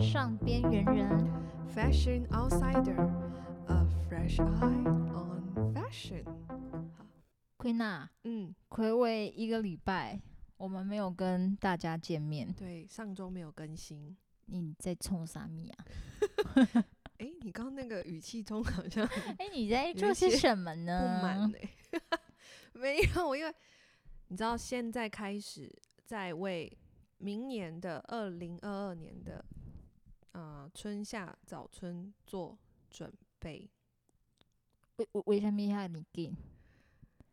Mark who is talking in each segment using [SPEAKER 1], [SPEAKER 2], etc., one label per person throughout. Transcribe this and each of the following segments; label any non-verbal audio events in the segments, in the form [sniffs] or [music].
[SPEAKER 1] 尚边缘人，
[SPEAKER 2] Fashion Outsider, a fresh eye on fashion。
[SPEAKER 1] 奎娜，
[SPEAKER 2] 嗯，
[SPEAKER 1] 暌违一个礼拜，我们没有跟大家见面，
[SPEAKER 2] 对，上周没有更新。
[SPEAKER 1] 你在冲啥米啊？
[SPEAKER 2] 诶，你刚刚那个语气中好像 [laughs] 很
[SPEAKER 1] 哎、你在
[SPEAKER 2] 一
[SPEAKER 1] 做些
[SPEAKER 2] 些
[SPEAKER 1] 什么
[SPEAKER 2] 不
[SPEAKER 1] 呢？
[SPEAKER 2] 满呢、没有，我因为你知道，现在开始在为明年的二零二二年的呃春夏早春做准备，
[SPEAKER 1] 为为为什么要你给？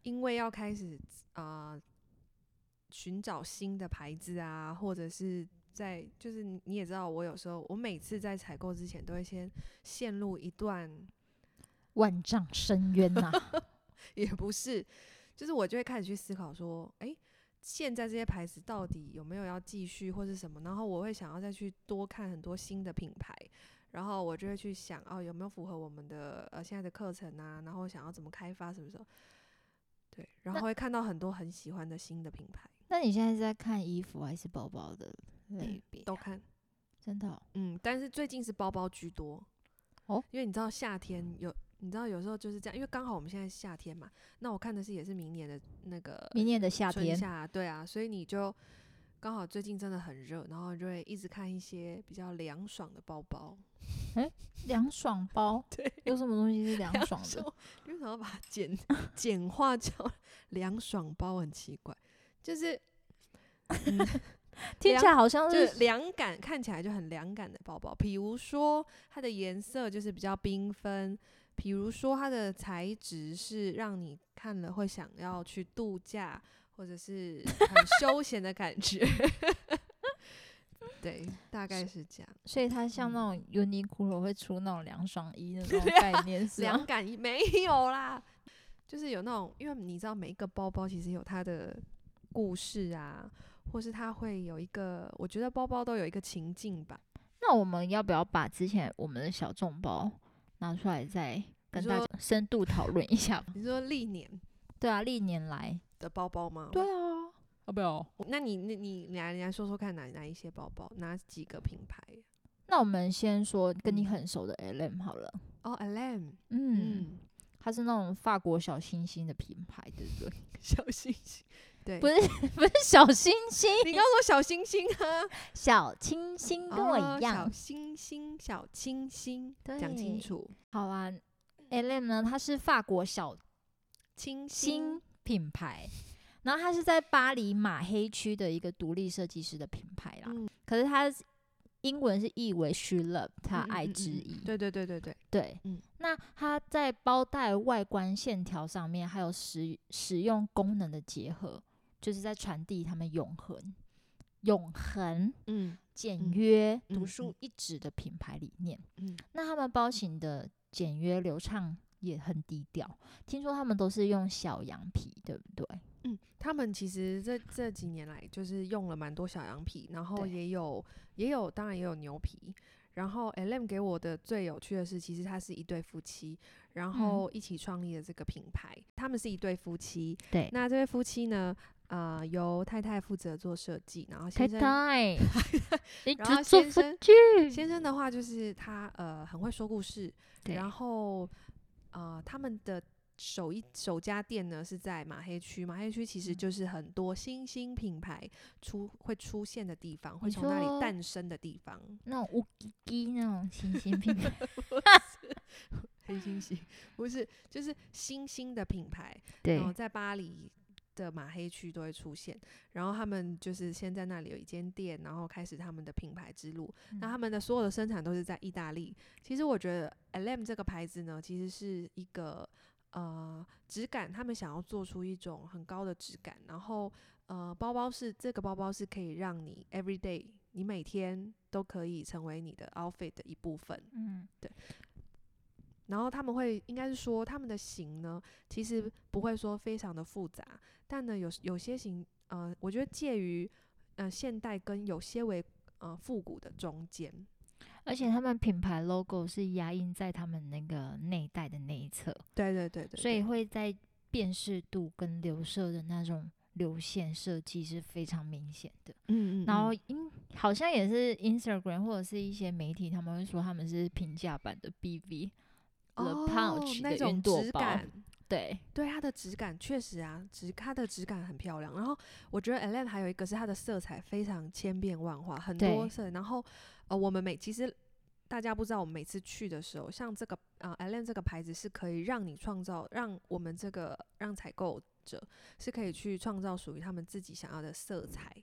[SPEAKER 2] 因为要开始啊寻找新的牌子啊，或者是在就是你你也知道，我有时候我每次在采购之前都会先陷入一段，
[SPEAKER 1] 万丈深渊 [laughs] 呐、
[SPEAKER 2] 也不是，就是我就会开始去思考说，诶，现在这些牌子到底有没有要继续或是什么？然后我会想要再去多看很多新的品牌，然后我就会去想哦，有没有符合我们的呃现在的课程啊？然后想要怎么开发什么时候？对，然后
[SPEAKER 1] 那
[SPEAKER 2] 会看到很多很喜欢的新的品牌，
[SPEAKER 1] 那你现在是在看衣服还是包包的类别？啊
[SPEAKER 2] 都看。
[SPEAKER 1] 真的哦、
[SPEAKER 2] 嗯，但是最近是包包居多
[SPEAKER 1] 哦
[SPEAKER 2] 因为你知道夏天有，你知道有时候就是这样，因为刚好我们现在是夏天嘛，那我看的是也是明年的那个
[SPEAKER 1] 明年的夏
[SPEAKER 2] 春
[SPEAKER 1] 天，
[SPEAKER 2] 夏，对啊，所以你就刚好最近真的很热，然后你就会一直看一些比较凉爽的包包，
[SPEAKER 1] 凉爽 [laughs] 包
[SPEAKER 2] 对，
[SPEAKER 1] 有什么东西是凉爽
[SPEAKER 2] [laughs]
[SPEAKER 1] 的？
[SPEAKER 2] 爽，因为想要把它 [laughs] 简简化叫 [laughs] 凉爽包，很奇怪，就是。嗯
[SPEAKER 1] 听起来好像
[SPEAKER 2] 就是是凉感，看起来就很凉感的包包。比如说它的颜色就是比较缤纷，比如说它的材质是让你看了会想要去度假，或者 [laughs] 是很休闲的感觉。 [laughs] 对，大概是这样。
[SPEAKER 1] 所以它像
[SPEAKER 2] 嗯
[SPEAKER 1] 那种 Uniqlo 会出那种凉爽衣 [laughs] 那种
[SPEAKER 2] 对啊
[SPEAKER 1] 概念是
[SPEAKER 2] 凉
[SPEAKER 1] 吗？
[SPEAKER 2] 感衣没有啦，就是有那种，因为你知道每一个包包其实有它的故事啊，或是它会有一个，我觉得包包都有一个情境吧。
[SPEAKER 1] 那我们要不要把之前我们的小众包拿出来再跟大
[SPEAKER 2] 说
[SPEAKER 1] 家深度讨论一下吧？ [laughs]
[SPEAKER 2] 你说历年
[SPEAKER 1] 对啊，历年来，
[SPEAKER 2] 的包包吗？
[SPEAKER 1] 啊，要不要？
[SPEAKER 2] 我那你你你你来你来说说看哪哪一些包包，哪几个品牌？
[SPEAKER 1] 那我们先说跟你
[SPEAKER 2] 嗯
[SPEAKER 1] 很熟的 LM 好了，
[SPEAKER 2] 哦、a l a m
[SPEAKER 1] 嗯，
[SPEAKER 2] 嗯，
[SPEAKER 1] 它是那种法国小星星的品牌，对不对？
[SPEAKER 2] 小星星，对，
[SPEAKER 1] 不是 [laughs] 不是小星星，
[SPEAKER 2] 你刚说小星星啊，
[SPEAKER 1] 小清新跟我
[SPEAKER 2] 哦
[SPEAKER 1] 一样
[SPEAKER 2] 小，星星，小清新，讲
[SPEAKER 1] 对
[SPEAKER 2] 清楚，
[SPEAKER 1] 好啊。LM 呢，它是法国小新
[SPEAKER 2] 清新，
[SPEAKER 1] 品牌，然后它是在巴黎马黑区的一个独立设计师的品牌啦。
[SPEAKER 2] 嗯
[SPEAKER 1] 可是它英文是译为 “she love”，它
[SPEAKER 2] 嗯
[SPEAKER 1] 爱
[SPEAKER 2] 嗯嗯
[SPEAKER 1] 之
[SPEAKER 2] 嗯
[SPEAKER 1] 意。
[SPEAKER 2] 对对对对对，
[SPEAKER 1] 对，
[SPEAKER 2] 嗯
[SPEAKER 1] 那它在包带外观线条上面，还有使使用功能的结合，就是在传递他们永恒、永恒、
[SPEAKER 2] 嗯
[SPEAKER 1] 简
[SPEAKER 2] 嗯
[SPEAKER 1] 约、
[SPEAKER 2] 嗯
[SPEAKER 1] 独
[SPEAKER 2] 嗯
[SPEAKER 1] 树一帜的品牌理念。
[SPEAKER 2] 嗯，
[SPEAKER 1] 那他们包型的简约流畅也很低调，听说他们都是用小羊皮，对不对？
[SPEAKER 2] 嗯，他们其实这这几年来就是用了蛮多小羊皮，然后
[SPEAKER 1] 对
[SPEAKER 2] 也有也有，当然也有牛皮。然后 L M 给我的最有趣的是，其实他是一对夫妻，然
[SPEAKER 1] 嗯
[SPEAKER 2] 后一起创立了这个品牌。他们是一对夫妻，
[SPEAKER 1] 对
[SPEAKER 2] 那这对夫妻呢，呃，由太太负责做设计，然后
[SPEAKER 1] 太
[SPEAKER 2] 先生
[SPEAKER 1] 太，你
[SPEAKER 2] [laughs] 然后
[SPEAKER 1] 只做
[SPEAKER 2] 先
[SPEAKER 1] 不
[SPEAKER 2] 生
[SPEAKER 1] 剧，
[SPEAKER 2] 先生的话就是他呃很会说故事，
[SPEAKER 1] 对
[SPEAKER 2] 然后呃，他们的首一首家店呢是在马黑区，马黑区其实
[SPEAKER 1] 嗯
[SPEAKER 2] 就是很多新兴品牌出会出现的地方，会
[SPEAKER 1] 你
[SPEAKER 2] 从那
[SPEAKER 1] 说
[SPEAKER 2] 里诞生的地
[SPEAKER 1] [laughs]
[SPEAKER 2] 方，
[SPEAKER 1] 那种乌叽叽那种新型
[SPEAKER 2] [laughs]
[SPEAKER 1] 品 [laughs] 牌，
[SPEAKER 2] 黑猩猩不是，就是新兴的品牌，
[SPEAKER 1] 对
[SPEAKER 2] 然后在巴黎。的马黑区都会出现，然后他们就是先在那里有一间店，然后开始他们的品牌之路。那他们的所有的生产都是在意大利。其实我觉得 LM 这个牌子呢，其实是一个呃质感，他们想要做出一种很高的质感。然后呃，包包是这个包包是可以让你 every day，你每天都可以成为你的 outfit 的一部分。
[SPEAKER 1] 嗯，
[SPEAKER 2] 然后他们会应该是说他们的型呢，其实不会说非常的复杂，但呢有有些型，呃，我觉得介于呃现代跟有些为呃复古的中间。
[SPEAKER 1] 而且他们品牌 logo 是压印在他们那个内袋的那一侧，
[SPEAKER 2] 对对对对对
[SPEAKER 1] 所以会在辨识度跟流射的那种流线设计是非常明显的。
[SPEAKER 2] 嗯
[SPEAKER 1] 然后因好像也是 Instagram 或者是一些媒体，他们会说他们是平价版的 BV The
[SPEAKER 2] 哦
[SPEAKER 1] Pouch
[SPEAKER 2] 那
[SPEAKER 1] 的
[SPEAKER 2] 种
[SPEAKER 1] 云朵
[SPEAKER 2] 质
[SPEAKER 1] 包，
[SPEAKER 2] 感，
[SPEAKER 1] 对，
[SPEAKER 2] 对它的质感确实啊，质它的质感很漂亮。然后我觉得 a l a n 还有一个是它的色彩非常千变万化，很多
[SPEAKER 1] 对
[SPEAKER 2] 色。然后呃，我们每其实大家不知道，我们每次去的时候，像这个啊 a l a n 这个牌子是可以让你创造，让我们这个让采购者是可以去创造属于他们自己想要的色彩。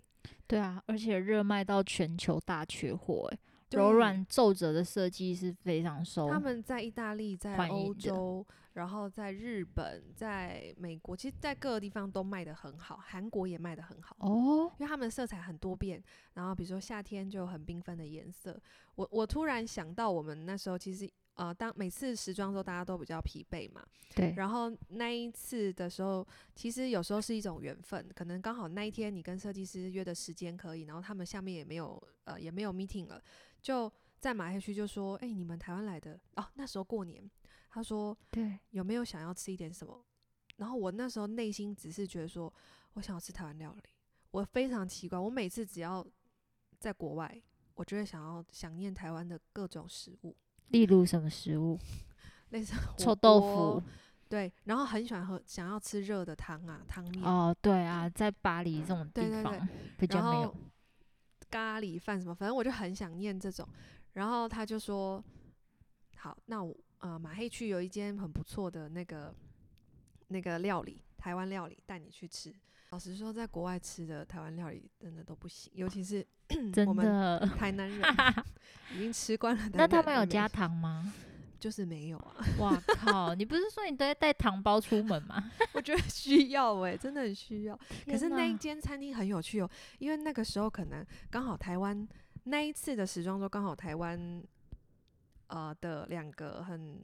[SPEAKER 1] 对啊，而且热卖到全球大缺货、欸，
[SPEAKER 2] 对
[SPEAKER 1] 柔软皱褶的设计是非常受
[SPEAKER 2] 他们在意大利、在
[SPEAKER 1] 欢
[SPEAKER 2] 欧
[SPEAKER 1] 迎的
[SPEAKER 2] 洲，然后在日本、在美国，其实，在各个地方都卖得很好，韩国也卖得很好。
[SPEAKER 1] 哦，
[SPEAKER 2] 因为他们的色彩很多变，然后比如说夏天就有很缤纷的颜色。我我突然想到，我们那时候其实呃，当每次时装周大家都比较疲惫嘛，
[SPEAKER 1] 对，
[SPEAKER 2] 然后那一次的时候，其实有时候是一种缘分，可能刚好那一天你跟设计师约的时间可以，然后他们下面也没有呃也没有 meeting 了，就在马黑区就说，哎、你们台湾来的哦，那时候过年，他说
[SPEAKER 1] 对，
[SPEAKER 2] 有没有想要吃一点什么？然后我那时候内心只是觉得说，我想要吃台湾料理。我非常奇怪，我每次只要在国外，我就会想要想念台湾的各种食物，
[SPEAKER 1] 例如什么食物？
[SPEAKER 2] 类似火
[SPEAKER 1] 臭豆
[SPEAKER 2] 锅
[SPEAKER 1] 腐，
[SPEAKER 2] 对，然后很喜欢喝，想要吃热的汤啊，汤面，
[SPEAKER 1] 哦，对啊，在巴黎这种
[SPEAKER 2] 对对对
[SPEAKER 1] 地方比较
[SPEAKER 2] 然
[SPEAKER 1] 没
[SPEAKER 2] 后
[SPEAKER 1] 有，
[SPEAKER 2] 咖喱饭什么，反正我就很想念这种。然后他就说：“好，那我呃马黑区有一间很不错的那个那个料理，台湾料理，带你去吃。”老实说，在国外吃的台湾料理真的都不行，尤其是嗯我
[SPEAKER 1] 真
[SPEAKER 2] 们
[SPEAKER 1] 的。
[SPEAKER 2] 台南人
[SPEAKER 1] [laughs]
[SPEAKER 2] 已经吃惯了台南
[SPEAKER 1] 那他
[SPEAKER 2] 人
[SPEAKER 1] 们有
[SPEAKER 2] 的
[SPEAKER 1] 加
[SPEAKER 2] 美食，
[SPEAKER 1] 糖
[SPEAKER 2] [laughs]
[SPEAKER 1] 吗？
[SPEAKER 2] 就是没有啊。
[SPEAKER 1] 哇靠！你不是说你都要带糖包出门吗？
[SPEAKER 2] 我觉得需要哎、真的很需要。可
[SPEAKER 1] 天
[SPEAKER 2] 是那一
[SPEAKER 1] 哪
[SPEAKER 2] 间餐厅很有趣哦，因为那个时候可能刚好台湾那一次的时装周，刚好台湾呃的两个很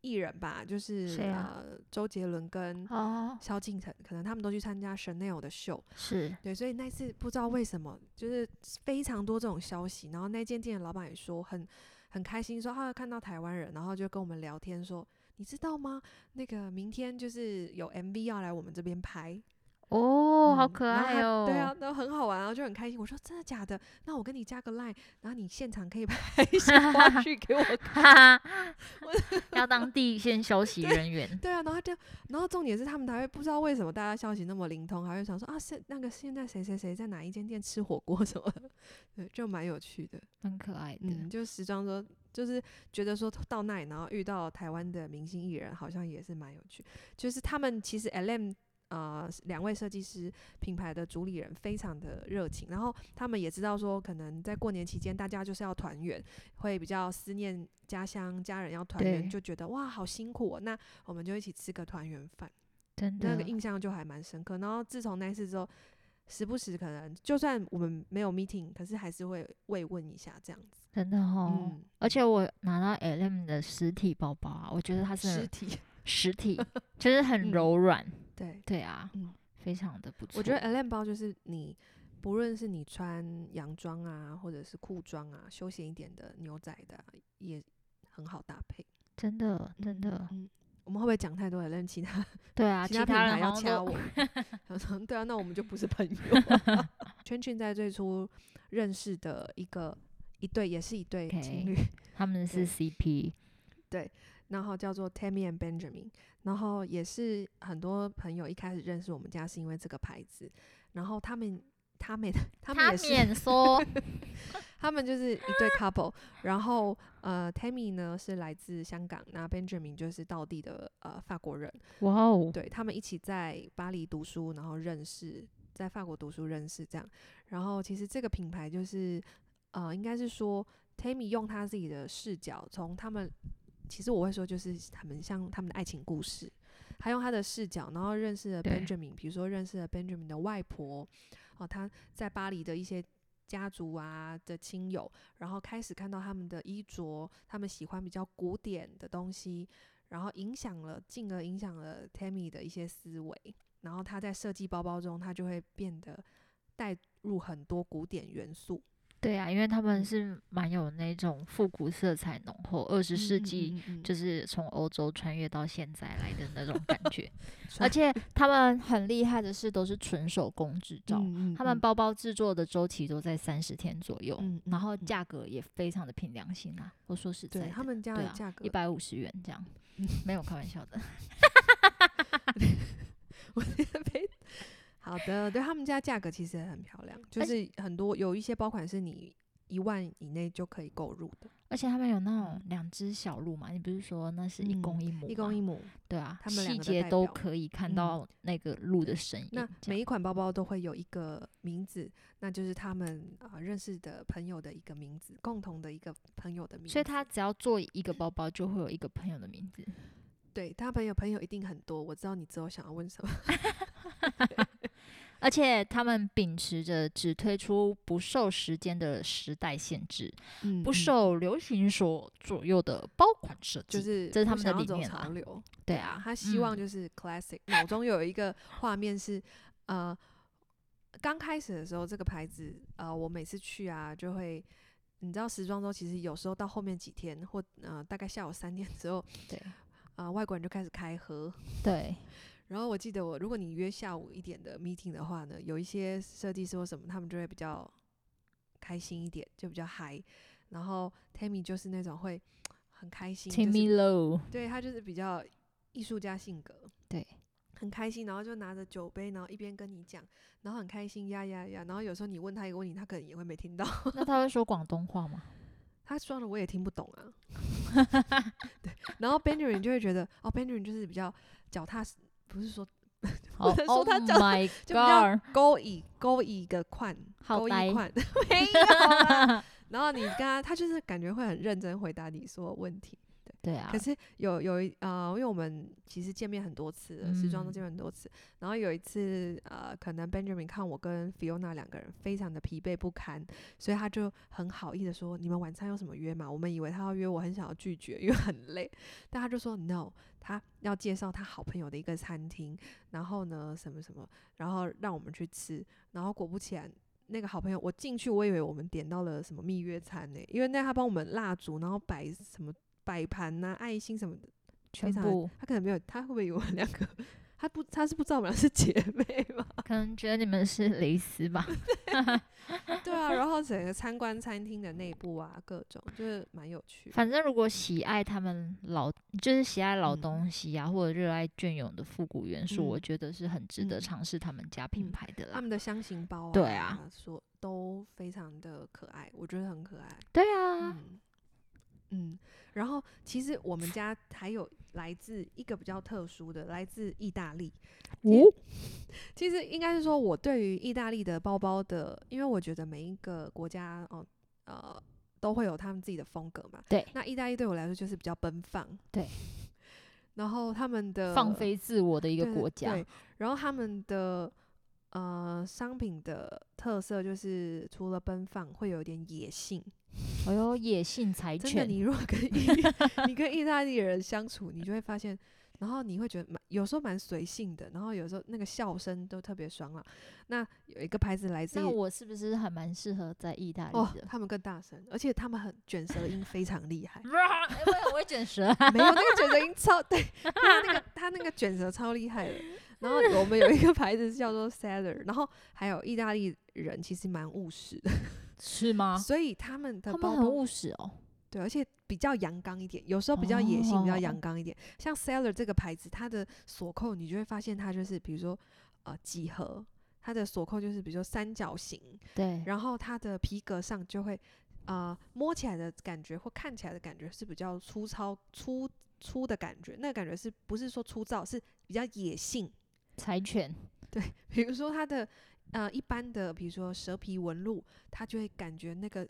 [SPEAKER 2] 艺人吧，就是、
[SPEAKER 1] 谁啊
[SPEAKER 2] 呃周杰伦跟
[SPEAKER 1] 哦，
[SPEAKER 2] 萧敬腾，可能他们都去参加 Chanel 的秀，
[SPEAKER 1] 是
[SPEAKER 2] 对，所以那次不知道为什么就是非常多这种消息，然后那间店的老板也说很很开心，说啊他看到台湾人，然后就跟我们聊天说。你知道吗？那个明天就是有 MV 要来我们这边拍，
[SPEAKER 1] 哦，好
[SPEAKER 2] 嗯
[SPEAKER 1] 可
[SPEAKER 2] 然后
[SPEAKER 1] 爱
[SPEAKER 2] 他
[SPEAKER 1] 哦。
[SPEAKER 2] 对啊，，然后很好玩，然后就很开心。我说真的假的？那我跟你加个 line，然后你现场可以拍一
[SPEAKER 1] [laughs]
[SPEAKER 2] 些花絮给我 [laughs] 看。
[SPEAKER 1] 哈哈，要当地线消息人员。
[SPEAKER 2] 对啊，然后他就，然后重点是他们还会不知道为什么大家消息那么灵通，还会想说啊，是那个现在谁谁谁在哪一间店吃火锅什么的， [laughs] 对，就蛮有趣的。
[SPEAKER 1] 蛮可爱的，
[SPEAKER 2] 嗯，就时装周，就是觉得说到那里，然后遇到台湾的明星艺人，好像也是蛮有趣。就是他们其实 LM 呃两位设计师品牌的主理人非常的热情，然后他们也知道说，可能在过年期间大家就是要团圆，会比较思念家乡家人，要团圆
[SPEAKER 1] 对
[SPEAKER 2] 就觉得哇好辛苦、哦，那我们就一起吃个团圆饭。
[SPEAKER 1] 真
[SPEAKER 2] 那
[SPEAKER 1] 的
[SPEAKER 2] 个印象就还蛮深刻。然后自从那一次之后，时不时可能就算我们没有 meeting，可是还是会慰问一下这样子。
[SPEAKER 1] 真的哦。
[SPEAKER 2] 嗯，
[SPEAKER 1] 而且我拿到 LM 的实体包包啊，我觉得它 [laughs]
[SPEAKER 2] 实
[SPEAKER 1] 是
[SPEAKER 2] 体 [laughs]
[SPEAKER 1] 实体，就是很
[SPEAKER 2] 嗯
[SPEAKER 1] 柔软，
[SPEAKER 2] 对，
[SPEAKER 1] 对啊，
[SPEAKER 2] 嗯
[SPEAKER 1] 非常的不错。
[SPEAKER 2] 我觉得 LM 包就是你。不论是你穿洋装啊，或者是裤装啊，休闲一点的牛仔的啊，也很好搭配。
[SPEAKER 1] 真的真的，
[SPEAKER 2] 嗯，我们会不会讲太多 LM 其他
[SPEAKER 1] 对啊，
[SPEAKER 2] 其
[SPEAKER 1] 其
[SPEAKER 2] 他品牌
[SPEAKER 1] 人
[SPEAKER 2] 要
[SPEAKER 1] 好像
[SPEAKER 2] 掐
[SPEAKER 1] 都
[SPEAKER 2] 我，
[SPEAKER 1] [laughs]
[SPEAKER 2] 他说对啊，那我们就不是朋友、啊。圈圈在最初认识的一个一对，也是一对
[SPEAKER 1] OK
[SPEAKER 2] 情侣，
[SPEAKER 1] 他们
[SPEAKER 2] 对
[SPEAKER 1] 是 CP，
[SPEAKER 2] 然后叫做 Tammy and Benjamin，然后也是很多朋友一开始认识我们家是因为这个牌子，然后他们。他们他们也是，
[SPEAKER 1] 免
[SPEAKER 2] [laughs]
[SPEAKER 1] 说
[SPEAKER 2] 他们就是一对 couple。然后，呃，Tammy 呢是来自香港，那 Benjamin 就是道地的呃法国人。
[SPEAKER 1] 哇哦，
[SPEAKER 2] 对他们一起在巴黎读书，然后认识，在法国读书认识这样。然后其实这个品牌就是，呃，应该是说 Tammy 用他自己的视角，从他们，其实我会说就是他们像他们的爱情故事，他用他的视角，然后认识了
[SPEAKER 1] 对
[SPEAKER 2] Benjamin，比如说认识了 Benjamin 的外婆，哦，他在巴黎的一些。家族啊的亲友，然后开始看到他们的衣着，他们喜欢比较古典的东西，然后影响了，进而影响了 Tammy 的一些思维。然后他在设计包包中，他就会变得带入很多古典元素。
[SPEAKER 1] 对啊，因为他们
[SPEAKER 2] 嗯
[SPEAKER 1] 是蛮有那种复古色彩浓厚，二十
[SPEAKER 2] 嗯
[SPEAKER 1] 世纪就是是从欧洲穿越到现在来的那种感觉。
[SPEAKER 2] [laughs]
[SPEAKER 1] 而且他们很厉害的是，都是纯手工制造，
[SPEAKER 2] 嗯
[SPEAKER 1] 他们包包制作的周期都在三十天左右，
[SPEAKER 2] 嗯
[SPEAKER 1] 然后
[SPEAKER 2] 嗯嗯
[SPEAKER 1] 价格也非常的凭良心啊。我说实在
[SPEAKER 2] 对
[SPEAKER 1] 的，
[SPEAKER 2] 他们家
[SPEAKER 1] 对
[SPEAKER 2] 的
[SPEAKER 1] 啊
[SPEAKER 2] 价格
[SPEAKER 1] 一，百五十元这样，
[SPEAKER 2] 嗯
[SPEAKER 1] 没有开玩笑的。
[SPEAKER 2] 我觉得被好的，对他们家价格其实很漂亮，就
[SPEAKER 1] 而
[SPEAKER 2] 是很多有一些包款是你一万以内就可以购入的，
[SPEAKER 1] 而且他们有那种两只小鹿嘛，你不是说那是一公一母、
[SPEAKER 2] 嗯一公一，母。
[SPEAKER 1] 对啊，
[SPEAKER 2] 他们两
[SPEAKER 1] 细
[SPEAKER 2] 个的
[SPEAKER 1] 节
[SPEAKER 2] 代
[SPEAKER 1] 都
[SPEAKER 2] 表
[SPEAKER 1] 可以看
[SPEAKER 2] 嗯
[SPEAKER 1] 到那个鹿的身影。
[SPEAKER 2] 那
[SPEAKER 1] 这样
[SPEAKER 2] 每一款包包都会有一个名字，那就是他们啊、呃认识的朋友的一个名字，共同的一个朋友的名字。
[SPEAKER 1] 所以他只要做一个包包，就会有一个朋友的名
[SPEAKER 2] [laughs]
[SPEAKER 1] 字。
[SPEAKER 2] 对他朋友朋友一定很多，我知道你之后想要问什么。
[SPEAKER 1] 而且他们秉持着只推出不受时间的时代限制，
[SPEAKER 2] 嗯
[SPEAKER 1] 不受流行所左右的包款设计，
[SPEAKER 2] 就是
[SPEAKER 1] 这是他
[SPEAKER 2] 不
[SPEAKER 1] 们的
[SPEAKER 2] 想要
[SPEAKER 1] 理
[SPEAKER 2] 走
[SPEAKER 1] 念
[SPEAKER 2] 潮
[SPEAKER 1] 啊。
[SPEAKER 2] 流。
[SPEAKER 1] 对啊，
[SPEAKER 2] 他希
[SPEAKER 1] 嗯
[SPEAKER 2] 望就是 classic，脑中有一个画面是，呃，刚开始的时候这个牌子，呃，我每次去啊就会。你知道时装周其实有时候到后面几天或呃大概下午三点之后，
[SPEAKER 1] 对
[SPEAKER 2] 啊、外国人就开始开喝，
[SPEAKER 1] 对
[SPEAKER 2] 然后我记得我，如果你约下午一点的 meeting 的话呢，有一些设计师或什么，他们就会比较开心一点，就比较嗨。然后 Tammy 就是那种会很开心，
[SPEAKER 1] ，Take
[SPEAKER 2] 就是
[SPEAKER 1] me
[SPEAKER 2] [laughs]
[SPEAKER 1] low，
[SPEAKER 2] 对他就是比较艺术家性格，
[SPEAKER 1] 对，
[SPEAKER 2] 很开心，然后就拿着酒杯，然后一边跟你讲，然后很开心呀呀呀。然后有时候你问他一个问题，他可能也会没听到， [laughs]
[SPEAKER 1] 那他会说广东话吗？
[SPEAKER 2] 他说的我也听不懂啊。 [laughs] 对，然后 Benjamin 就会觉得，哦，Benjamin 就是比较脚踏实，不是说
[SPEAKER 1] 哦
[SPEAKER 2] 能说
[SPEAKER 1] ，Oh
[SPEAKER 2] 他讲
[SPEAKER 1] my
[SPEAKER 2] [laughs] 就比较
[SPEAKER 1] God，
[SPEAKER 2] 勾引勾引一个款，
[SPEAKER 1] 好
[SPEAKER 2] 勾
[SPEAKER 1] 呆 [laughs]
[SPEAKER 2] 引款没有啦。然后你跟他，他就是感觉会很认真回答你说问题。
[SPEAKER 1] 对啊
[SPEAKER 2] 可，是有有一呃，因为我们其实见面很多次了，时装都
[SPEAKER 1] 嗯
[SPEAKER 2] 见面很多次。然后有一次呃，可能 Benjamin 看我跟 Fiona 两个人非常的疲惫不堪，所以他就很好意的说：“你们晚上有什么约吗？”我们以为他要约我，很想要拒绝，因为很累。但他就说 “no”，他要介绍他好朋友的一个餐厅，然后呢什么什么，然后让我们去吃。然后果不其然。那个好朋友，我进去，我以为我们点到了什么蜜月餐呢、因为那他帮我们蜡烛，然后摆什么摆盘呐、爱心什么的，
[SPEAKER 1] 全
[SPEAKER 2] 非常的
[SPEAKER 1] 部
[SPEAKER 2] 他可能没有，他会不会以为我们两个？他不，他是不知道我们俩是姐妹吗？
[SPEAKER 1] 可能觉得你们是蕾丝吧。
[SPEAKER 2] [laughs] 对啊，然后整个参观餐厅的内部啊，各种就是蛮有趣的。
[SPEAKER 1] 反正如果喜爱他们老，就是喜爱老
[SPEAKER 2] 嗯
[SPEAKER 1] 东西啊，或者热爱隽永的复古元素，我
[SPEAKER 2] 嗯
[SPEAKER 1] 觉得是很值得
[SPEAKER 2] 嗯
[SPEAKER 1] 尝试他们家品
[SPEAKER 2] 嗯
[SPEAKER 1] 牌的啦。
[SPEAKER 2] 他们的箱型包啊，
[SPEAKER 1] 对啊，
[SPEAKER 2] 说都非常的可爱，我觉得很可爱。
[SPEAKER 1] 对啊，
[SPEAKER 2] 嗯嗯，然后其实我们家还有来自一个比较特殊的，来自意大利。嗯
[SPEAKER 1] 五、
[SPEAKER 2] 其实应该是说，我对于意大利的包包的，因为我觉得每一个国家哦，呃，都会有他们自己的风格嘛。
[SPEAKER 1] 对
[SPEAKER 2] 那意大利对我来说就是比较奔放，
[SPEAKER 1] 对。
[SPEAKER 2] 然后他们的
[SPEAKER 1] 放飞自我的一
[SPEAKER 2] 一
[SPEAKER 1] 个国家，
[SPEAKER 2] 对，然后他们的呃商品的特色就是除了奔放，会有一点野性。
[SPEAKER 1] 哎呦，野性柴
[SPEAKER 2] 真的，
[SPEAKER 1] 犬，
[SPEAKER 2] 你如果跟
[SPEAKER 1] [laughs]
[SPEAKER 2] 意你跟意大利人相处，你就会发现，然后你会觉得蛮有时候蛮随性的，然后有时候那个笑声都特别爽朗。那有一个牌子来自
[SPEAKER 1] 那
[SPEAKER 2] 于
[SPEAKER 1] 我是不是还蛮适合在意大利
[SPEAKER 2] 哦
[SPEAKER 1] 的，？，
[SPEAKER 2] 他们更大声，而且他们很卷舌音非常厉害
[SPEAKER 1] [laughs] 哎我也我会卷舌，
[SPEAKER 2] [laughs] 没有那个卷舌音超对，他那个他那个卷舌超
[SPEAKER 1] [laughs]
[SPEAKER 2] 厉害的。然后我们有一个牌子叫做 Seller，然后还有意大利人其实蛮务实的，
[SPEAKER 1] 是吗？
[SPEAKER 2] 所以他们的
[SPEAKER 1] 啊他
[SPEAKER 2] 包
[SPEAKER 1] 们很
[SPEAKER 2] 包
[SPEAKER 1] 务实哦，
[SPEAKER 2] 对，而且比较阳刚一点，有时候比较野性，比较阳
[SPEAKER 1] 哦
[SPEAKER 2] 刚一点。像 Seller 这个牌子，它的锁扣你就会发现它就是，比如说呃几何，它的锁扣就是比如说三角形，
[SPEAKER 1] 对，
[SPEAKER 2] 然后它的皮革上就会呃摸起来的感觉或看起来的感觉是比较粗糙粗粗的感觉，那个感觉是不是说粗糙，是比较野性。 [laughs]
[SPEAKER 1] 柴犬，
[SPEAKER 2] 比如说它的呃一般的，比如说蛇皮纹路，它就会感觉那个。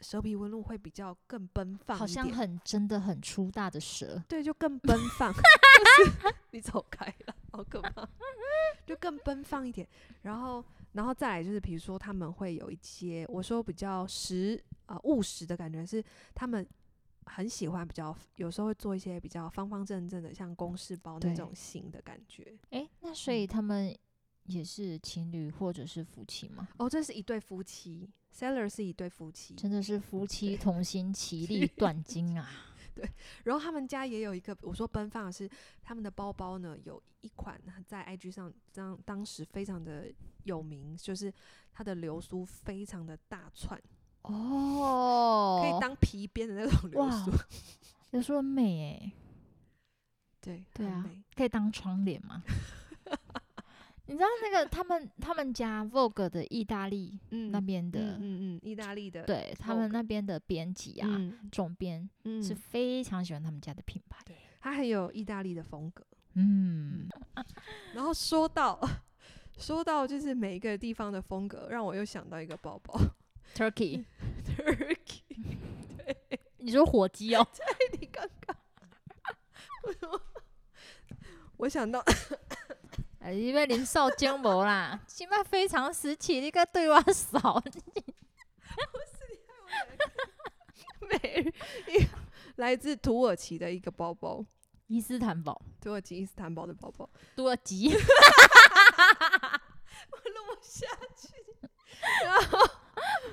[SPEAKER 2] 蛇皮纹路会比较更奔放一点，
[SPEAKER 1] 好像很真的很粗大的蛇，
[SPEAKER 2] 对，就更奔放，就是 [laughs] 你走开了，好可怕， [laughs] 就更奔放一点。然后，然后再来就是，比如说他们会有一些我说比较实啊、呃务实的感觉，是他们很喜欢比较，有时候会做一些比较方方正正的，像公式包那
[SPEAKER 1] 对
[SPEAKER 2] 种型的感觉。
[SPEAKER 1] 诶，那所以他们也是情侣或者是夫妻吗？
[SPEAKER 2] 哦，这是一对夫妻，seller 是一对夫妻，
[SPEAKER 1] 真的是夫妻
[SPEAKER 2] 对
[SPEAKER 1] 同心，其利断金啊！
[SPEAKER 2] 然后他们家也有一个，我说奔放的是他们的包包呢，有一款在 IG 上当当时非常的有名，就是它的流苏非常的大串，
[SPEAKER 1] 哦，
[SPEAKER 2] 可以当皮鞭的那种流
[SPEAKER 1] 哇
[SPEAKER 2] 苏。 [laughs]
[SPEAKER 1] 有时候很美哎、
[SPEAKER 2] 对
[SPEAKER 1] 对
[SPEAKER 2] 很
[SPEAKER 1] 啊
[SPEAKER 2] 美
[SPEAKER 1] 可以当窗帘吗？你知道那个他们他们家 Vogue 的意大利
[SPEAKER 2] 嗯
[SPEAKER 1] 那边的，
[SPEAKER 2] 嗯嗯嗯，意大利的
[SPEAKER 1] 对他
[SPEAKER 2] Vogue
[SPEAKER 1] 们那边的编辑啊、
[SPEAKER 2] 嗯
[SPEAKER 1] 总编
[SPEAKER 2] 嗯，
[SPEAKER 1] 是非常喜欢他们家的品牌。
[SPEAKER 2] 它很有意大利的风格。
[SPEAKER 1] 嗯，
[SPEAKER 2] 然后说到说到就是每一个地方的风格，让我又想到一个包包
[SPEAKER 1] Turkey，
[SPEAKER 2] ，Turkey。
[SPEAKER 1] 你说火鸡哦？
[SPEAKER 2] 你刚刚， [laughs] 我想到
[SPEAKER 1] [laughs] 哎，因为林少江无啦，起码非常时期你个对我少，
[SPEAKER 2] 美，一个来自土耳其的一个包包，
[SPEAKER 1] 伊斯坦堡、
[SPEAKER 2] 土耳其伊斯坦堡的包 [laughs] 包，
[SPEAKER 1] 土耳其，
[SPEAKER 2] 我录不下去。然后，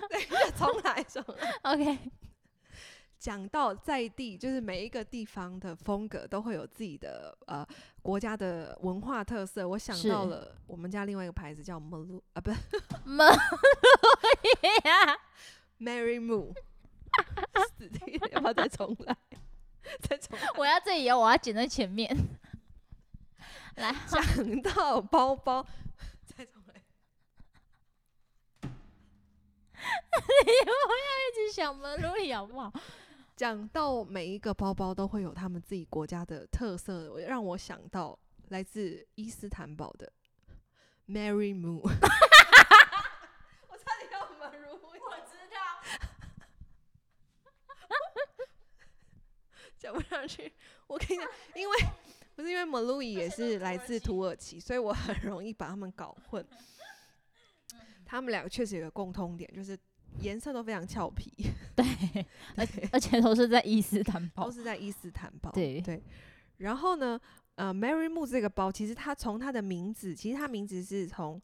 [SPEAKER 2] 等一下，重来，重来。
[SPEAKER 1] [laughs] OK， [laughs]
[SPEAKER 2] 讲到在地，就是每一个地方的风格都会有自己的呃国家的文化特色。我想
[SPEAKER 1] 是
[SPEAKER 2] 到了我们家另外一个牌子叫 Malu 啊，不是
[SPEAKER 1] 么呀？
[SPEAKER 2] Mary Moo。死定了要不要再重来？再重来。
[SPEAKER 1] [laughs] 我要这里哦，我要剪在前面。 [laughs] 来， [laughs]
[SPEAKER 2] 讲到包包，再重来。
[SPEAKER 1] 一直想门路里好不好？
[SPEAKER 2] 讲到每一个包包都会有他们自己国家的特色，我让我想到来自伊斯坦堡的 Mary Moo。我差点要门入，我知道。 [laughs] 讲不上去，我跟你 [laughs] 讲，因为不是因为 m a l u i 也是来自土耳其，所以我很容易把他们搞混。他们两个确实有个共通点，就是颜色都非常俏皮。
[SPEAKER 1] 对，而
[SPEAKER 2] 对
[SPEAKER 1] 而且都是在伊斯坦堡
[SPEAKER 2] 都。哦是在伊斯坦堡。
[SPEAKER 1] 对
[SPEAKER 2] 然后呢，呃，Mary Moo 这个包，其实它从它的名字，其实它名字是从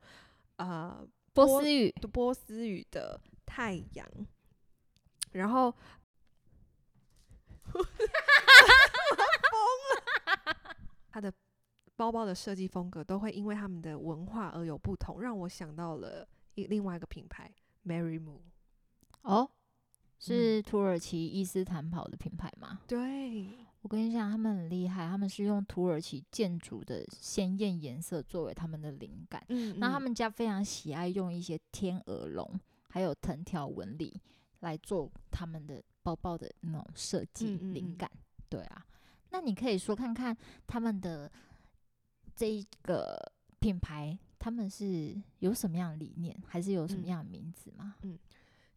[SPEAKER 2] 呃
[SPEAKER 1] 波斯语，
[SPEAKER 2] 波斯语的太阳，然 [laughs] 后。我疯了！它的包包的设计风格都会因为他们的文化而有不同，让我想到了一另外一个品牌 Mary Moo。
[SPEAKER 1] 哦，是土耳其伊斯坦堡的品牌吗？
[SPEAKER 2] 对，
[SPEAKER 1] 我跟你讲，他们很厉害，他们是用土耳其建筑的鲜艳颜色作为他们的灵感。
[SPEAKER 2] 嗯
[SPEAKER 1] 那他
[SPEAKER 2] 嗯
[SPEAKER 1] 们家非常喜爱用一些天鹅绒，还有藤条纹理来做他们的包包的那种设计
[SPEAKER 2] 嗯嗯
[SPEAKER 1] 灵
[SPEAKER 2] 嗯
[SPEAKER 1] 感。对啊，那你可以说看看他们的这一个品牌，他们是有什么样的理念，还是有什么
[SPEAKER 2] 嗯
[SPEAKER 1] 样的名字吗？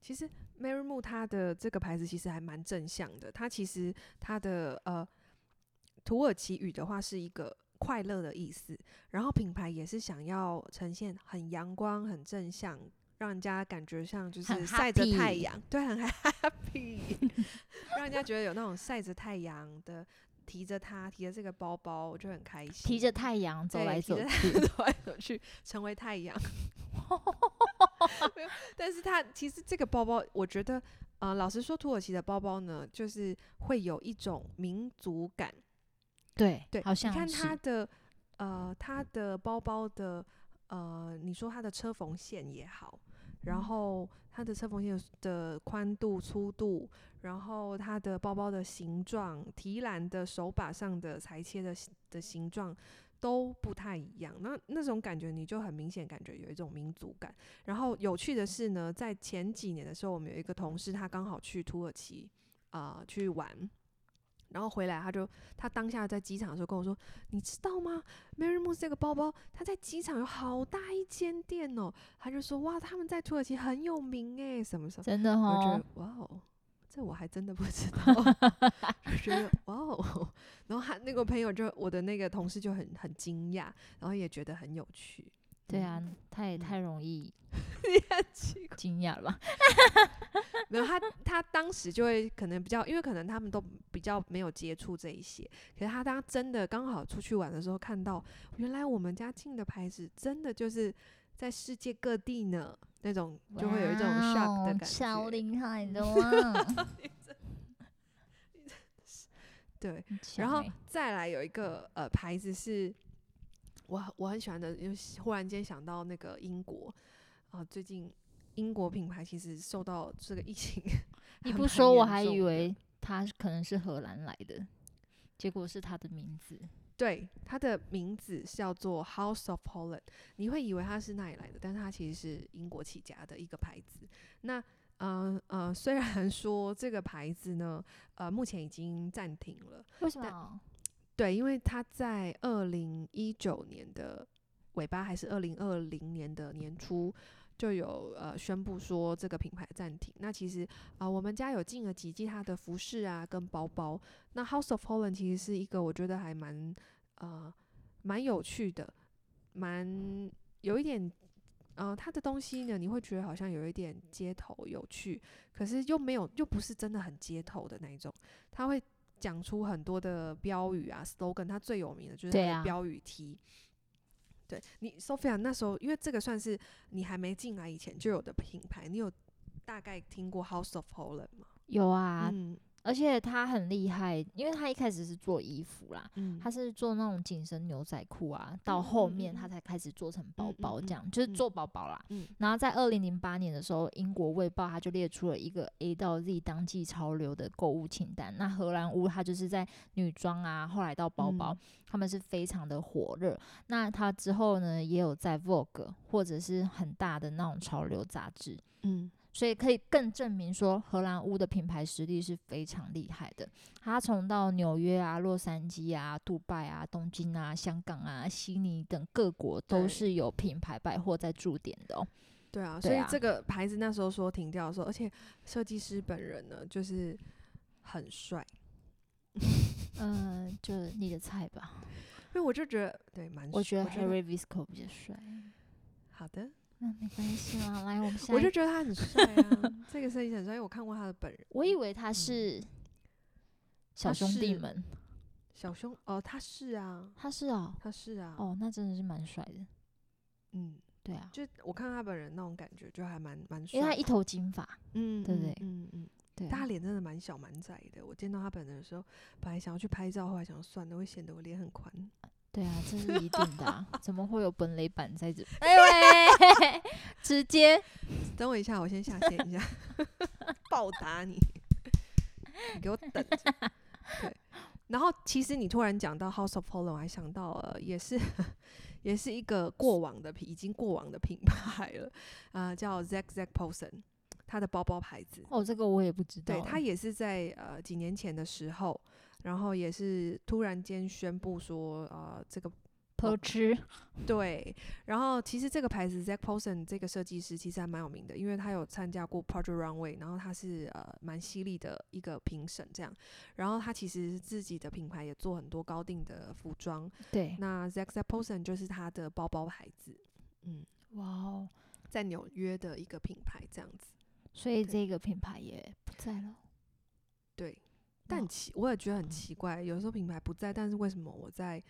[SPEAKER 2] 其实 Mary Moo 它的这个牌子其实还蛮正向的，它其实它的呃土耳其语的话是一个快乐的意思，然后品牌也是想要呈现很阳光、很正向，让人家感觉像就
[SPEAKER 1] 很
[SPEAKER 2] 是晒着太
[SPEAKER 1] happy
[SPEAKER 2] 阳，对，很 [laughs] happy，让人家觉得有那种晒着太阳的。提着它，提着这个包包，我就很开心。
[SPEAKER 1] 提着太阳走
[SPEAKER 2] 对
[SPEAKER 1] 来
[SPEAKER 2] 提
[SPEAKER 1] 走
[SPEAKER 2] 着
[SPEAKER 1] 去，
[SPEAKER 2] 走来走去，成为太阳。没有，但是它其实这个包包，我觉得，呃，老实说，土耳其的包包呢，就是会有一种民族感。
[SPEAKER 1] [laughs] 对
[SPEAKER 2] 对，
[SPEAKER 1] 好像
[SPEAKER 2] 你看
[SPEAKER 1] 是嗯
[SPEAKER 2] 它的，呃，它的包包的，呃，你说它的车缝线也好，
[SPEAKER 1] 嗯
[SPEAKER 2] 然后它的车缝线的宽度、粗度，然后它的包包的形状、提篮的手把上的裁切的形的形状。都不太一样，那那种感觉你就很明显感觉有一种民族感。然后有趣的是呢，在前几年的时候，我们有一个同事，他刚好去土耳其啊、呃去玩，然后回来他就他当下在机场的时候跟我说：“你知道吗？Mary Moose 这个包包，它在机场有好大一间店哦。”他就说：“哇，他们在土耳其很有名诶，什么什么。”
[SPEAKER 1] 真的
[SPEAKER 2] 我就觉
[SPEAKER 1] 哦
[SPEAKER 2] 得，哇哦，这我还真的不知道， [laughs] 就觉得哇哦。 [laughs] 然后他那个朋友就我的那个同事就很很惊讶，然后也觉得很有趣。
[SPEAKER 1] 对
[SPEAKER 2] 嗯
[SPEAKER 1] 啊，太太容易
[SPEAKER 2] [laughs] 你很奇怪，
[SPEAKER 1] 惊讶了吧？
[SPEAKER 2] 没有他，他当时就会可能比较，因为可能他们都比较没有接触这一些。可是他当真的刚好出去玩的时候，看到原来我们家进的牌子真的就是在世界各地呢，那种就会有一种
[SPEAKER 1] 哇
[SPEAKER 2] shock
[SPEAKER 1] 哦
[SPEAKER 2] 的感
[SPEAKER 1] 超
[SPEAKER 2] 觉。
[SPEAKER 1] 厉害的 [laughs] 哇！
[SPEAKER 2] 对，
[SPEAKER 1] 很强
[SPEAKER 2] 然后
[SPEAKER 1] 欸
[SPEAKER 2] 再来有一个呃牌子是我很我很喜欢的，因为忽然间想到那个英国啊、最近英国品牌其实受到这个疫情还
[SPEAKER 1] 你
[SPEAKER 2] 蛮严重的，
[SPEAKER 1] 不说我还以为他可能是荷兰来的，结果是他的名字。
[SPEAKER 2] 对它的名字是叫做 House of Holland，你会以为它是那里来的，但是它其实是英国起家的一个牌子。那呃呃，虽然说这个牌子呢，呃，目前已经暂停了，
[SPEAKER 1] 为什
[SPEAKER 2] 但
[SPEAKER 1] 么？
[SPEAKER 2] 对，因为它在二零一九年的尾巴还是二零二零年的年初就有呃宣布说这个品牌暂停。那其实啊、呃我们家有进了几季它的服饰啊跟包包。那 House of Holland 其实是一个我觉得还蛮呃蛮有趣的，蛮有一点。呃，它的东西呢，你会觉得好像有一点街头有趣，可是又没有，又不是真的很街头的那一种。它会讲出很多的标语啊，slogan，它最有名的就是
[SPEAKER 1] 对
[SPEAKER 2] 它
[SPEAKER 1] 啊
[SPEAKER 2] 的标语题。对,、你，Sophia 那时候，因为这个算是你还没进来以前就有的品牌，你有大概听过 House of Holland 吗？
[SPEAKER 1] 有啊，
[SPEAKER 2] 嗯
[SPEAKER 1] 而且他很厉害，因为他一开始是做衣服啦，
[SPEAKER 2] 嗯
[SPEAKER 1] 他是做那种紧身牛仔裤啊，到后面他才开始做成包包这样，就是做包包啦。
[SPEAKER 2] 嗯
[SPEAKER 1] 然后在二零零八年的时候，英国《卫报》它就列出了一个 A 到 Z 当季潮流的购物清单。那荷兰屋它就是在女装啊，后来到包包，
[SPEAKER 2] 嗯
[SPEAKER 1] 他们是非常的火热。那它之后呢，也有在 Vogue 或者是很大的那种潮流杂志，
[SPEAKER 2] 嗯
[SPEAKER 1] 所以可以更证明说，荷兰屋的品牌实力是非常厉害的。它从到纽约啊、洛杉矶啊、杜拜啊、东京啊、香港啊、悉尼等各国都
[SPEAKER 2] 对
[SPEAKER 1] 是有品牌百货在驻点的哦。
[SPEAKER 2] 对啊，
[SPEAKER 1] 对
[SPEAKER 2] 所以
[SPEAKER 1] 啊
[SPEAKER 2] 这个牌子那时候说停掉的时候，而且设计师本人呢，就是很帅，
[SPEAKER 1] 嗯、就你的菜吧。
[SPEAKER 2] 因为我就觉得对蛮帅，
[SPEAKER 1] 我觉得 Harry Visco 比较帅。
[SPEAKER 2] 好的，
[SPEAKER 1] 那没关系啦，来我们下
[SPEAKER 2] 我
[SPEAKER 1] 一
[SPEAKER 2] 就
[SPEAKER 1] 个。
[SPEAKER 2] 觉得他很帅啊，这个设计师很帅，因为我看过他的本人。
[SPEAKER 1] 我以为他是嗯小兄弟
[SPEAKER 2] 是
[SPEAKER 1] 们，
[SPEAKER 2] 小胸哦，他是啊，
[SPEAKER 1] 他是哦，
[SPEAKER 2] 他是啊，
[SPEAKER 1] 哦，那真的是蛮帅的。
[SPEAKER 2] 嗯，
[SPEAKER 1] 对啊，
[SPEAKER 2] 就我看他本人那种感觉，就还蛮蛮帅
[SPEAKER 1] 因
[SPEAKER 2] 的，
[SPEAKER 1] 为他一头金发。
[SPEAKER 2] 嗯，
[SPEAKER 1] 对不
[SPEAKER 2] 嗯
[SPEAKER 1] 对
[SPEAKER 2] 嗯嗯，
[SPEAKER 1] 对、
[SPEAKER 2] 但
[SPEAKER 1] 啊
[SPEAKER 2] 他，脸真的蛮小蛮窄的。我见到他本人的时候，本来想要去拍照，后来想说算了，会显得我脸很宽。
[SPEAKER 1] 对啊，这是一定的、啊。怎么会有本垒板在
[SPEAKER 2] [laughs]
[SPEAKER 1] 这？ [laughs] 哎喂，直接
[SPEAKER 2] 等我一下，我先下线一下，暴打你，你给我等着。对，然后其实你突然讲到 House of Holland，我还想到呃，也是 [laughs] 也是一个过往的品，已经过往的品牌了， [laughs] 啊、叫 Zack Zack Posen，他的包包牌子。
[SPEAKER 1] 哦，这个我也不知道
[SPEAKER 2] 对
[SPEAKER 1] 欸。
[SPEAKER 2] 他也是在呃几年前的时候，然后也是突然间宣布说，呃，这个
[SPEAKER 1] 偷吃，
[SPEAKER 2] 对，然后其实这个牌子 Zack Posen 这个设计师其实还蛮有名的，因为他有参加过 Project Runway，然后他是呃蛮犀利的一个评审这样，然后他其实自己的品牌也做很多高定的服装，
[SPEAKER 1] 对，
[SPEAKER 2] 那 Zack Zack Posen 就是他的包包牌子，嗯，
[SPEAKER 1] 哇哦，
[SPEAKER 2] 在纽约的一个品牌这样子，
[SPEAKER 1] 所以
[SPEAKER 2] 对
[SPEAKER 1] 这个品牌也不在了。
[SPEAKER 2] 对，但很奇我也觉得
[SPEAKER 1] 嗯
[SPEAKER 2] 很奇怪，有时候品牌不在，但是为什么我在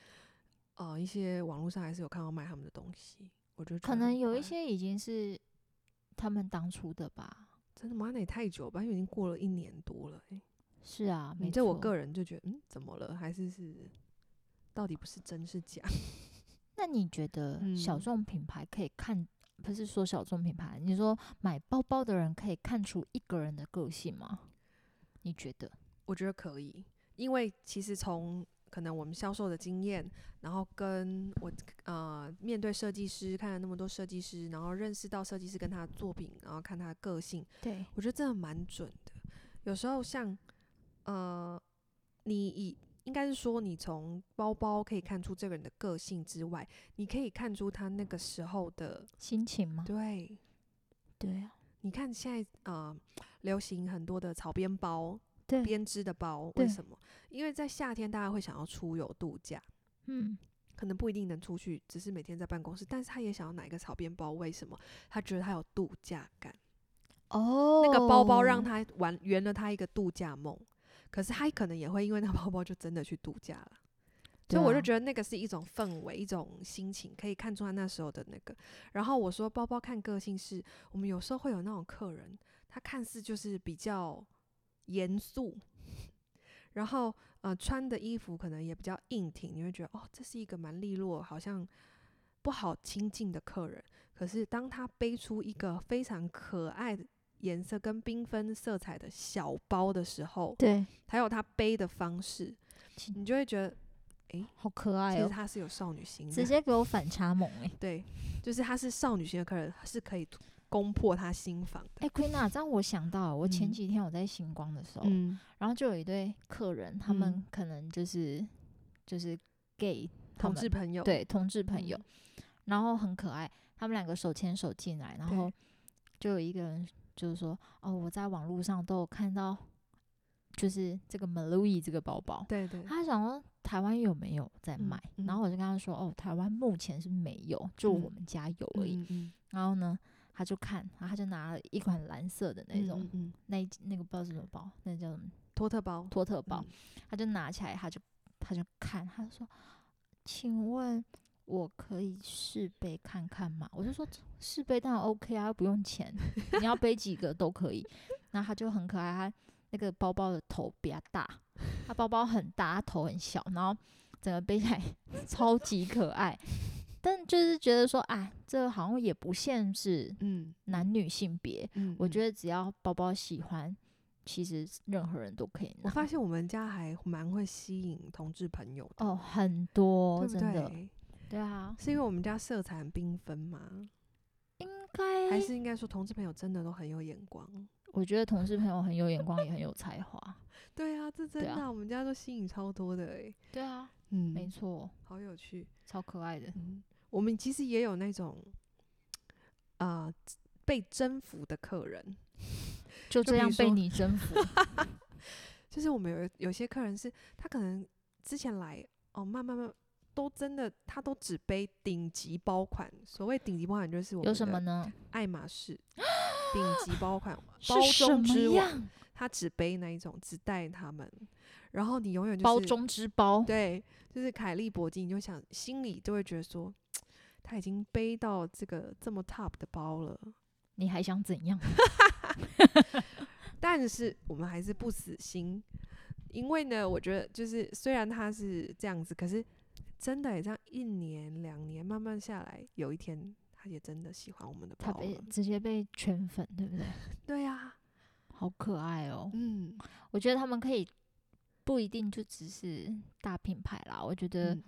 [SPEAKER 2] 呃一些网络上还是有看到卖他们的东西？我就觉得
[SPEAKER 1] 可
[SPEAKER 2] 很
[SPEAKER 1] 能有一
[SPEAKER 2] 怪
[SPEAKER 1] 些已经是他们当初的吧。
[SPEAKER 2] 真的吗？那也太久吧，因为已经过了一年多了、欸。
[SPEAKER 1] 是啊，没
[SPEAKER 2] 你这我
[SPEAKER 1] 错
[SPEAKER 2] 个人就觉得，嗯，怎么了？还是是到底不是真是假？ [laughs]
[SPEAKER 1] 那你觉得小
[SPEAKER 2] 嗯
[SPEAKER 1] 众品牌可以看，不是说小众品牌，你说买包包的人可以看出一个人的个性吗？你觉得？
[SPEAKER 2] 我觉得可以，因为其实从可能我们销售的经验，然后跟我呃面对设计师，看了那么多设计师，然后认识到设计师跟他的作品，然后看他的个性，
[SPEAKER 1] 对，
[SPEAKER 2] 我觉得真的蛮准的。有时候像呃，你以应该是说你从包包可以看出这个人的个性之外，你可以看出他那个时候的
[SPEAKER 1] 心情吗？
[SPEAKER 2] 对。
[SPEAKER 1] 对啊，
[SPEAKER 2] 你看现在呃，流行很多的草编包、
[SPEAKER 1] 对，
[SPEAKER 2] 编织的包，
[SPEAKER 1] 对
[SPEAKER 2] 为什么？因为在夏天大家会想要出游度假，
[SPEAKER 1] 嗯，
[SPEAKER 2] 可能不一定能出去，只是每天在办公室，但是他也想要拿一个草编包，为什么？他觉得他有度假感，
[SPEAKER 1] 哦，
[SPEAKER 2] 那个包包让他完圆了他一个度假梦。可是他可能也会因为那包包就真的去度假了。所以
[SPEAKER 1] 啊
[SPEAKER 2] 我就觉得那个是一种氛围，一种心情，可以看出来那时候的那个。然后我说包包看个性是，我们有时候会有那种客人，他看似就是比较严肃，然后呃穿的衣服可能也比较硬挺，你会觉得哦这是一个蛮利落，好像不好亲近的客人。可是当他背出一个非常可爱的颜色跟缤纷色彩的小包的时候，
[SPEAKER 1] 对，
[SPEAKER 2] 还有他背的方式，你就会觉得。诶
[SPEAKER 1] 好可爱
[SPEAKER 2] 其实
[SPEAKER 1] 哦，
[SPEAKER 2] 他是有少女心的，
[SPEAKER 1] 直接给我反差萌哎、
[SPEAKER 2] 对，就是他是少女心的客人，是可以攻破他心房的。
[SPEAKER 1] 哎、q u e e n 啊，这样我想到，我前
[SPEAKER 2] 嗯
[SPEAKER 1] 几天我在星光的时候，
[SPEAKER 2] 嗯，
[SPEAKER 1] 然后就有一对客人，他们
[SPEAKER 2] 嗯
[SPEAKER 1] 可能就是、就是 gay 他
[SPEAKER 2] 同
[SPEAKER 1] 们
[SPEAKER 2] 志朋友，
[SPEAKER 1] 对同志朋友
[SPEAKER 2] 嗯，
[SPEAKER 1] 然后很可爱，他们两个手牵手进来，然后就有一个人就是说，哦，我在网络上都有看到，就是这个 Malui 这个包包，
[SPEAKER 2] 对对，
[SPEAKER 1] 他想说台湾有没有在
[SPEAKER 2] 嗯
[SPEAKER 1] 卖，
[SPEAKER 2] 嗯
[SPEAKER 1] 然后我就跟他说，哦，台湾目前是没有，就我
[SPEAKER 2] 嗯
[SPEAKER 1] 们家有而已。
[SPEAKER 2] 嗯嗯
[SPEAKER 1] 然后呢，他就看，然后他就拿了一款蓝色的那
[SPEAKER 2] 嗯
[SPEAKER 1] 种，
[SPEAKER 2] 嗯嗯
[SPEAKER 1] 那一那个不知道是什么包，那叫什么
[SPEAKER 2] 托特包，
[SPEAKER 1] 托特包，
[SPEAKER 2] 嗯
[SPEAKER 1] 他就拿起来，他就他就看，他就说：“请问我可以试背看看吗？”我就说：“试背当然 OK 啊，又不用钱，你要背几个都可以。”然后他就很可爱，他那个包包的头比较大，他包包很大，他头很小，然后整个背起来 [laughs] 超级可爱。但就是觉得说，哎，这好像也不限制
[SPEAKER 2] 嗯
[SPEAKER 1] 男女性别，
[SPEAKER 2] 嗯，
[SPEAKER 1] 我觉
[SPEAKER 2] 得
[SPEAKER 1] 得只要包包喜欢，其实任何人都可以
[SPEAKER 2] 我
[SPEAKER 1] 拿。
[SPEAKER 2] 发现我们家还蛮会吸引同志朋友的
[SPEAKER 1] 哦，，很多，
[SPEAKER 2] 对不
[SPEAKER 1] 真的，
[SPEAKER 2] 对？
[SPEAKER 1] 对啊，
[SPEAKER 2] 是因为我们家色彩很缤纷吗？
[SPEAKER 1] 应该
[SPEAKER 2] 还是应该说同志朋友真的都很有眼光？ [laughs]
[SPEAKER 1] 我觉得同事朋友很有眼光，也很有才华，
[SPEAKER 2] 对啊，这真
[SPEAKER 1] 对啊
[SPEAKER 2] 的啊，我们家都吸引超多的哎，
[SPEAKER 1] [laughs] 对啊，没
[SPEAKER 2] 嗯，
[SPEAKER 1] 错，
[SPEAKER 2] 好有趣。
[SPEAKER 1] 超可爱的，
[SPEAKER 2] 嗯，我们其实也有那种啊、呃被征服的客人，
[SPEAKER 1] 就
[SPEAKER 2] 就
[SPEAKER 1] 这
[SPEAKER 2] 比
[SPEAKER 1] 样
[SPEAKER 2] 如
[SPEAKER 1] 被
[SPEAKER 2] 说
[SPEAKER 1] 你征
[SPEAKER 2] [laughs]
[SPEAKER 1] 服，
[SPEAKER 2] 就是我们有有些客人是他可能之前来哦，慢慢慢都真的他都只背顶级包款，所谓顶级包款就是我们
[SPEAKER 1] 有什么
[SPEAKER 2] 的
[SPEAKER 1] 呢？
[SPEAKER 2] 爱
[SPEAKER 1] [laughs]
[SPEAKER 2] 马仕顶级包款，
[SPEAKER 1] 是
[SPEAKER 2] 包
[SPEAKER 1] 什
[SPEAKER 2] 中
[SPEAKER 1] 么
[SPEAKER 2] 之王，
[SPEAKER 1] 样？
[SPEAKER 2] 他只背那一种，只带他们，然后你永远就是
[SPEAKER 1] 包中之包，
[SPEAKER 2] 对，就是凯利铂金，你就想心里就会觉得说，他已经背到这个这么 top 的包了，
[SPEAKER 1] 你还想怎样？
[SPEAKER 2] 但是我们还是不死心，因为呢，我觉得就是虽然他是这样子，可是真的也这样一年两年慢慢下来，有一天他也真的喜欢我们的包
[SPEAKER 1] 他被
[SPEAKER 2] 了。
[SPEAKER 1] 直接被圈粉，对不对？
[SPEAKER 2] 对啊呀、
[SPEAKER 1] 好可爱哦，
[SPEAKER 2] 嗯，
[SPEAKER 1] 我觉得他们可以不一定就只是大品牌啦，我觉得
[SPEAKER 2] 嗯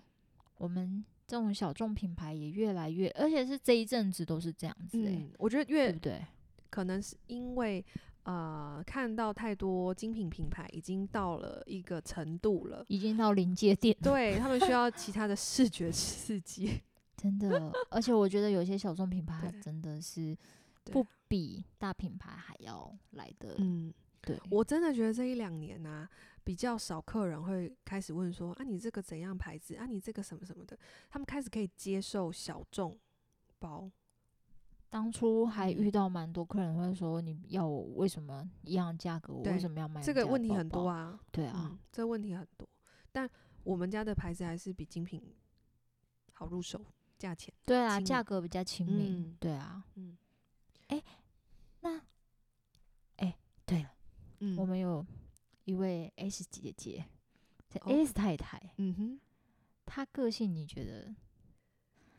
[SPEAKER 1] 我们这种小众品牌也越来越，而且是这一阵子都是这样子、欸，
[SPEAKER 2] 嗯，我觉得
[SPEAKER 1] 对
[SPEAKER 2] 越
[SPEAKER 1] 不对？
[SPEAKER 2] 可能是因为呃看到太多精品品牌已经到了一个程度了。
[SPEAKER 1] 已经到临界点了，
[SPEAKER 2] 对他们需要其他的视觉刺激，
[SPEAKER 1] 真的。而且我觉得有些小众品牌它
[SPEAKER 2] 对
[SPEAKER 1] 真的是
[SPEAKER 2] 对
[SPEAKER 1] 不比大品牌还要来的，
[SPEAKER 2] 嗯，
[SPEAKER 1] 对，
[SPEAKER 2] 我真的觉得这一两年啊，比较少客人会开始问说啊，你这个怎样牌子啊，你这个什么什么的，他们开始可以接受小众包。
[SPEAKER 1] 当初还
[SPEAKER 2] 嗯
[SPEAKER 1] 遇到蛮多客人会说，你要我为什么一样的价格，我为
[SPEAKER 2] 对
[SPEAKER 1] 什么要买
[SPEAKER 2] 这
[SPEAKER 1] 你家
[SPEAKER 2] 个
[SPEAKER 1] 的
[SPEAKER 2] 问题
[SPEAKER 1] 包
[SPEAKER 2] 很多
[SPEAKER 1] 哎包，
[SPEAKER 2] 啊，
[SPEAKER 1] 对啊
[SPEAKER 2] 嗯，，这个问题很多，但我们家的牌子还是比精品好入手，价钱。
[SPEAKER 1] 对啊，
[SPEAKER 2] 亲
[SPEAKER 1] 价
[SPEAKER 2] 民
[SPEAKER 1] 格比较亲民
[SPEAKER 2] 嗯，
[SPEAKER 1] 对啊，
[SPEAKER 2] 嗯
[SPEAKER 1] 哎，那，哎，对了，
[SPEAKER 2] 嗯
[SPEAKER 1] 我们有一位 S 姐姐，这
[SPEAKER 2] 哦
[SPEAKER 1] S 太太，
[SPEAKER 2] 嗯哼，
[SPEAKER 1] 她个性你觉得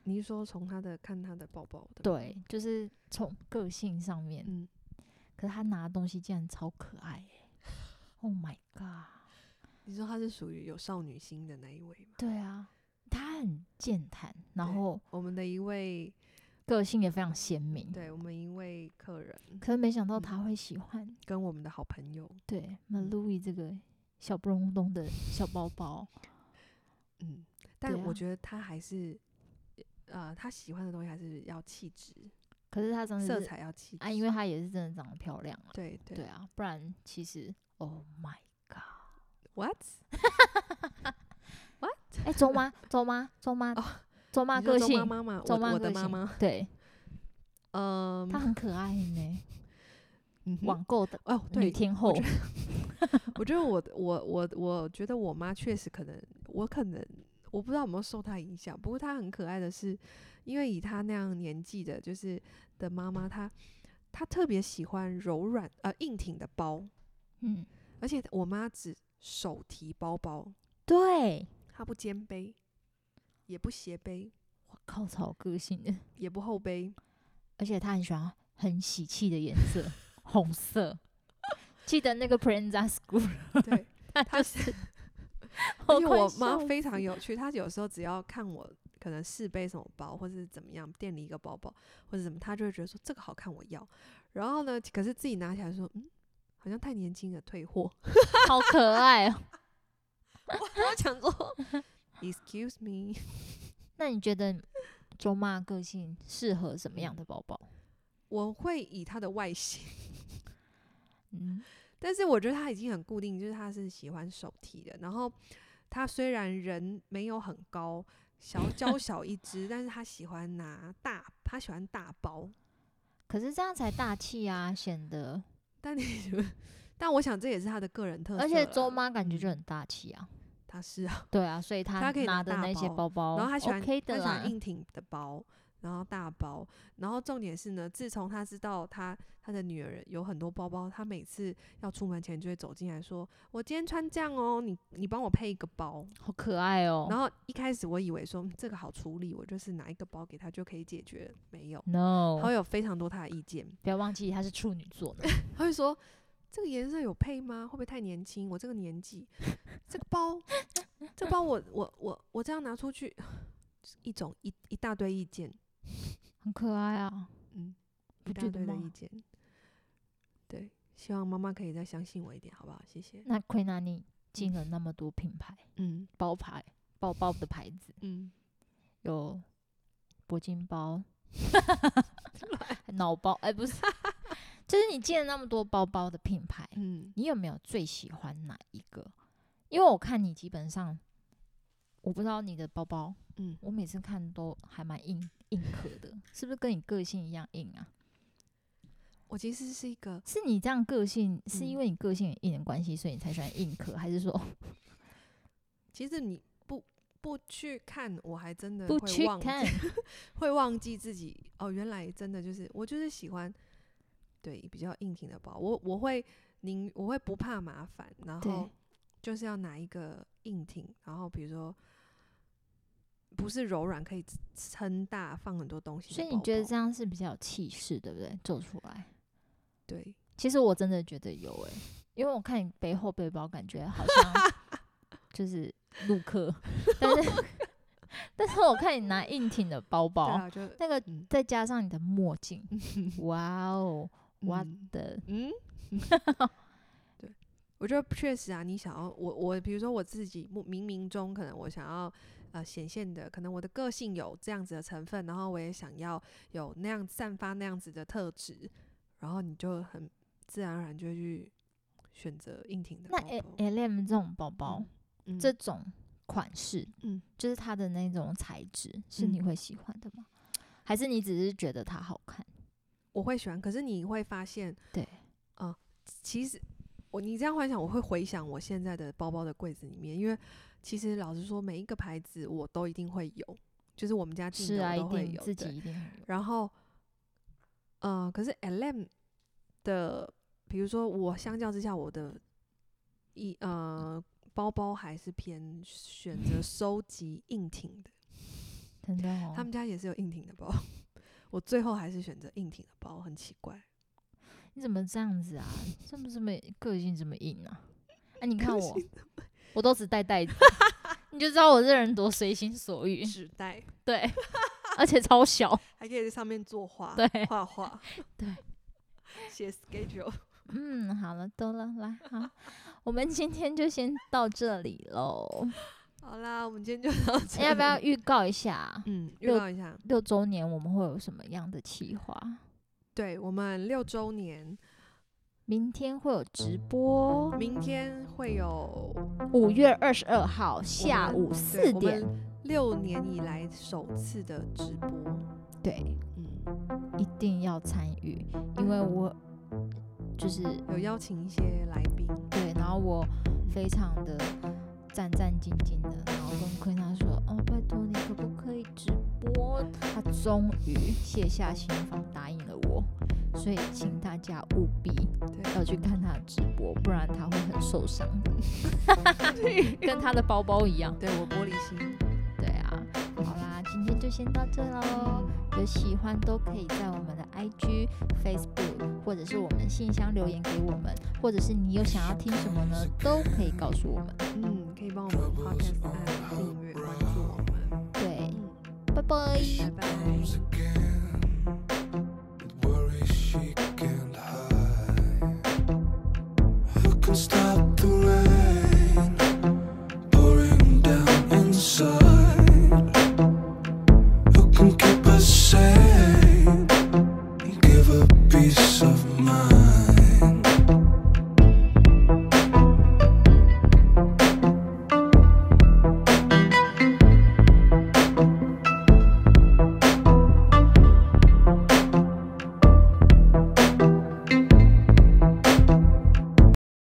[SPEAKER 2] 你是说从他的看他的包包的，，
[SPEAKER 1] 对，就是从个性上面，
[SPEAKER 2] 嗯，
[SPEAKER 1] 可是他拿的东西竟然超可爱、欸、，Oh my god！
[SPEAKER 2] 你说他是属于有少女心的那一位吗？
[SPEAKER 1] 对啊，他很健谈，然
[SPEAKER 2] 对
[SPEAKER 1] 后
[SPEAKER 2] 我们的一位，
[SPEAKER 1] 个性也非常鲜明。
[SPEAKER 2] 对我们一位客人
[SPEAKER 1] 可是没想到
[SPEAKER 2] 嗯
[SPEAKER 1] 他会喜欢
[SPEAKER 2] 跟我们的好朋友，
[SPEAKER 1] 对
[SPEAKER 2] 嗯
[SPEAKER 1] Malui 这个小不隆咚的小包包，
[SPEAKER 2] 嗯，但
[SPEAKER 1] 对啊
[SPEAKER 2] 我觉得他还是，呃，他喜欢的东西还是要气质，
[SPEAKER 1] 可是他真的
[SPEAKER 2] 色
[SPEAKER 1] 是
[SPEAKER 2] 彩要气质
[SPEAKER 1] 嗯啊，因为他也是真的长得漂亮啊，
[SPEAKER 2] 对对
[SPEAKER 1] 对啊，不然
[SPEAKER 2] [laughs]
[SPEAKER 1] 其实 Oh my god！
[SPEAKER 2] ，what？
[SPEAKER 1] 哎、哎，周妈，周妈，周妈
[SPEAKER 2] 哦，
[SPEAKER 1] 周妈
[SPEAKER 2] 你说
[SPEAKER 1] 个
[SPEAKER 2] 周妈
[SPEAKER 1] 性，
[SPEAKER 2] 妈嘛，
[SPEAKER 1] 周
[SPEAKER 2] 我
[SPEAKER 1] 妈
[SPEAKER 2] 我的
[SPEAKER 1] 个
[SPEAKER 2] 妈
[SPEAKER 1] 性
[SPEAKER 2] 妈，， [laughs]
[SPEAKER 1] 对，
[SPEAKER 2] 嗯，
[SPEAKER 1] 她很可爱呢，
[SPEAKER 2] 嗯哼
[SPEAKER 1] 网购的
[SPEAKER 2] 哦，
[SPEAKER 1] 女
[SPEAKER 2] 对，
[SPEAKER 1] 天后，
[SPEAKER 2] 我觉得我我我我觉得我妈确实可能，我可能我不知道有没有受她影响，不过她很可爱的是，因为以她那样年纪的，就是的妈妈，她她特别喜欢柔软呃硬挺的包，
[SPEAKER 1] 嗯，
[SPEAKER 2] 而且我妈只手提包包，
[SPEAKER 1] 对，
[SPEAKER 2] 她不肩背，也不斜背，
[SPEAKER 1] 我靠，超有个性的，
[SPEAKER 2] 也不
[SPEAKER 1] [laughs]
[SPEAKER 2] 后背，
[SPEAKER 1] 而且她很喜欢很喜气的颜色，红色。 [laughs] 记得那个 Prenza School， [laughs]
[SPEAKER 2] 对。她是，而
[SPEAKER 1] 我
[SPEAKER 2] 且
[SPEAKER 1] 快
[SPEAKER 2] 我妈
[SPEAKER 1] 笑
[SPEAKER 2] 非
[SPEAKER 1] 死 [laughs]
[SPEAKER 2] 常有趣，她有时候只要看我可能试背什么包，或是怎么样，店里一个包包或者怎么，她就会觉得说这个好看，我要。然后呢，可是自己拿起来说，嗯，好像太年轻了，退货。 [laughs]
[SPEAKER 1] 好可爱哦。
[SPEAKER 2] 我想说
[SPEAKER 1] [laughs]
[SPEAKER 2] ，Excuse me，
[SPEAKER 1] 那你觉得周妈个性适合什么样的包包？
[SPEAKER 2] 我会以她的外形，
[SPEAKER 1] 嗯，
[SPEAKER 2] 但是我觉得她已经很固定，就是她是喜欢手提的。然后她虽然人没有很高，小娇小一只，但是她喜欢拿大，她喜欢大包。
[SPEAKER 1] 可是这样才大气啊，显得。
[SPEAKER 2] 但你觉得，但我想这也是他的个人特色啦。啊
[SPEAKER 1] 而且周妈感觉就很大气啊。
[SPEAKER 2] 他是啊，
[SPEAKER 1] 对啊，所以她
[SPEAKER 2] 她可以
[SPEAKER 1] 拿
[SPEAKER 2] 拿
[SPEAKER 1] 的
[SPEAKER 2] 大
[SPEAKER 1] 那些包
[SPEAKER 2] 包
[SPEAKER 1] 包，
[SPEAKER 2] 然后他喜欢
[SPEAKER 1] 哦 OK 的
[SPEAKER 2] 他喜
[SPEAKER 1] 啦
[SPEAKER 2] 欢。硬挺的包，然后大包，然后重点是呢，自从他知道他他的女儿有很多包包，他每次要出门前就会走进来说：“我今天穿这样哦，你你帮我配一个包。
[SPEAKER 1] 好可爱哦、
[SPEAKER 2] 然后一开始我以为说嗯这个好处理，我就是拿一个包给他就可以解决了，没
[SPEAKER 1] 哦
[SPEAKER 2] 有，他
[SPEAKER 1] No，
[SPEAKER 2] 会有非常多他的意见，
[SPEAKER 1] 不要忘记她是处女座
[SPEAKER 2] [laughs]
[SPEAKER 1] 的。
[SPEAKER 2] 他会说。这个颜色有配吗？会不会太年轻？我这个年纪，这个包， [laughs] 这个包我我我我这样拿出去， [sniffs] 一种一一大堆意见，
[SPEAKER 1] 很可爱啊，
[SPEAKER 2] 嗯，
[SPEAKER 1] 不
[SPEAKER 2] 一
[SPEAKER 1] 觉
[SPEAKER 2] 大
[SPEAKER 1] 得
[SPEAKER 2] 堆的
[SPEAKER 1] 吗
[SPEAKER 2] 意见。对，希望妈妈可以再相信我一点，好不好？谢谢。
[SPEAKER 1] 那亏娜你进了那么多品牌
[SPEAKER 2] 嗯
[SPEAKER 1] 包牌包包的牌子，
[SPEAKER 2] 嗯，
[SPEAKER 1] 有铂金包、脑包，哎、不是，就是你进了那么多包包的品牌，
[SPEAKER 2] 嗯，
[SPEAKER 1] 你有没有最喜欢哪一个？因为我看你基本上，我不知道你的包包，
[SPEAKER 2] 嗯
[SPEAKER 1] 我每次看都还蛮硬硬壳的，是不是跟你个性一样硬啊？
[SPEAKER 2] 我其实是一个，
[SPEAKER 1] 是你这样个性，是因
[SPEAKER 2] 嗯
[SPEAKER 1] 为你个性很硬的关系，所以你才喜欢硬壳，还是说
[SPEAKER 2] 其实你不不去看，我还真的
[SPEAKER 1] 不
[SPEAKER 2] 会
[SPEAKER 1] 去
[SPEAKER 2] 忘记
[SPEAKER 1] 看？
[SPEAKER 2] 会忘记自己哦，原来真的就是我就是喜欢对比较硬挺的包，我我会宁我会不怕麻烦，然
[SPEAKER 1] 对
[SPEAKER 2] 后就是要拿一个硬挺，然后比如说不是柔软可以撑大放很多东西的
[SPEAKER 1] 所以
[SPEAKER 2] 包
[SPEAKER 1] 你觉得
[SPEAKER 2] 包
[SPEAKER 1] 这样是比较有气势，对不对？做出来，
[SPEAKER 2] 对？
[SPEAKER 1] 其实我真的觉得有诶、因为我看你背后背包，感觉好
[SPEAKER 2] [laughs]
[SPEAKER 1] 像就是陆客，但是但是我看你拿硬挺的包
[SPEAKER 2] 对
[SPEAKER 1] 包，
[SPEAKER 2] 啊，就
[SPEAKER 1] 那个
[SPEAKER 2] 嗯
[SPEAKER 1] 再加上你的墨镜，
[SPEAKER 2] [laughs]
[SPEAKER 1] 哇哦，我
[SPEAKER 2] 嗯
[SPEAKER 1] 的
[SPEAKER 2] 嗯， [laughs] 对，我觉得确实啊，你想要我我，比如说我自己目冥冥中可能我想要呃显现的，可能我的个性有这样子的成分，然后我也想要有那样散发那样子的特质，然后你就很自然而然就会去选择硬挺的
[SPEAKER 1] 那
[SPEAKER 2] 包
[SPEAKER 1] L
[SPEAKER 2] 包。
[SPEAKER 1] L M 这种包包，
[SPEAKER 2] 嗯
[SPEAKER 1] 这种款式，
[SPEAKER 2] 嗯
[SPEAKER 1] 就是它的那种材质，是你
[SPEAKER 2] 嗯
[SPEAKER 1] 会喜欢的吗？还是你只是觉得它好看？
[SPEAKER 2] 嗯我会喜欢，可是你会发现，
[SPEAKER 1] 对，
[SPEAKER 2] 啊、其实我你这样幻想，我会回想我现在的包包的柜子里面，因为其实老实说，每一个牌子我都一定会有，就是我们家进
[SPEAKER 1] 是
[SPEAKER 2] 的
[SPEAKER 1] 啊，
[SPEAKER 2] 我
[SPEAKER 1] 一
[SPEAKER 2] 都会
[SPEAKER 1] 定
[SPEAKER 2] 有，
[SPEAKER 1] 自
[SPEAKER 2] 对
[SPEAKER 1] 己一定会有
[SPEAKER 2] 然后，呃，可是 LM 的，比如说我相较之下，我的一呃包包还是偏选择收集硬挺的，
[SPEAKER 1] 真的哦。
[SPEAKER 2] 他们家也是有硬挺的包， [laughs] 我最后还是选择硬挺的包，很奇怪。
[SPEAKER 1] 你怎么这样子啊？这么这么个性这么硬啊？哎、你看
[SPEAKER 2] 个
[SPEAKER 1] 我
[SPEAKER 2] 性，
[SPEAKER 1] 我都只带袋 [laughs] 子，你就知道我这人多随心所欲。
[SPEAKER 2] 纸袋
[SPEAKER 1] [laughs] 对，而且超小。
[SPEAKER 2] 还可以在上面作画，
[SPEAKER 1] 对
[SPEAKER 2] 画画，
[SPEAKER 1] 对，
[SPEAKER 2] 写 schedule。 [laughs]
[SPEAKER 1] 嗯，好了，都了，来，好，我们今天就先到这里 [laughs] 喽。
[SPEAKER 2] 好啦，我们今天就到这。
[SPEAKER 1] 哎要不要？预告一下？
[SPEAKER 2] 嗯，预
[SPEAKER 1] 六
[SPEAKER 2] 告一下，
[SPEAKER 1] 六周年我们会有什么样的企划？
[SPEAKER 2] 对我们六周年，
[SPEAKER 1] 明天会有直播，哦
[SPEAKER 2] 明天会有
[SPEAKER 1] 五月二十二号下午四点，
[SPEAKER 2] 六年以来首次的直播，
[SPEAKER 1] 对，
[SPEAKER 2] 嗯，
[SPEAKER 1] 一定要参与，因为我就是
[SPEAKER 2] 有邀请一些来宾，
[SPEAKER 1] 对，然后我非常的战战兢兢的，然后跟坤他说：“哦，拜托你可不可以直播？”他终于卸下心防答应了我，所以请大家务必要
[SPEAKER 2] 对，
[SPEAKER 1] 去看他的直播，不然他会很受伤 [laughs] 的，跟他的包包一样。
[SPEAKER 2] 对我玻璃心，
[SPEAKER 1] 对啊，好啦，今天就先到这喽。有喜欢都可以在我们的 IG、Facebook 或者是我们信箱留言给我们，或者是你有想要听什么呢，都可以告诉我们。
[SPEAKER 2] 嗯，可以帮我们 podcast 按订阅关注我们，
[SPEAKER 1] 对，
[SPEAKER 2] 嗯，
[SPEAKER 1] 拜拜。
[SPEAKER 2] 拜拜。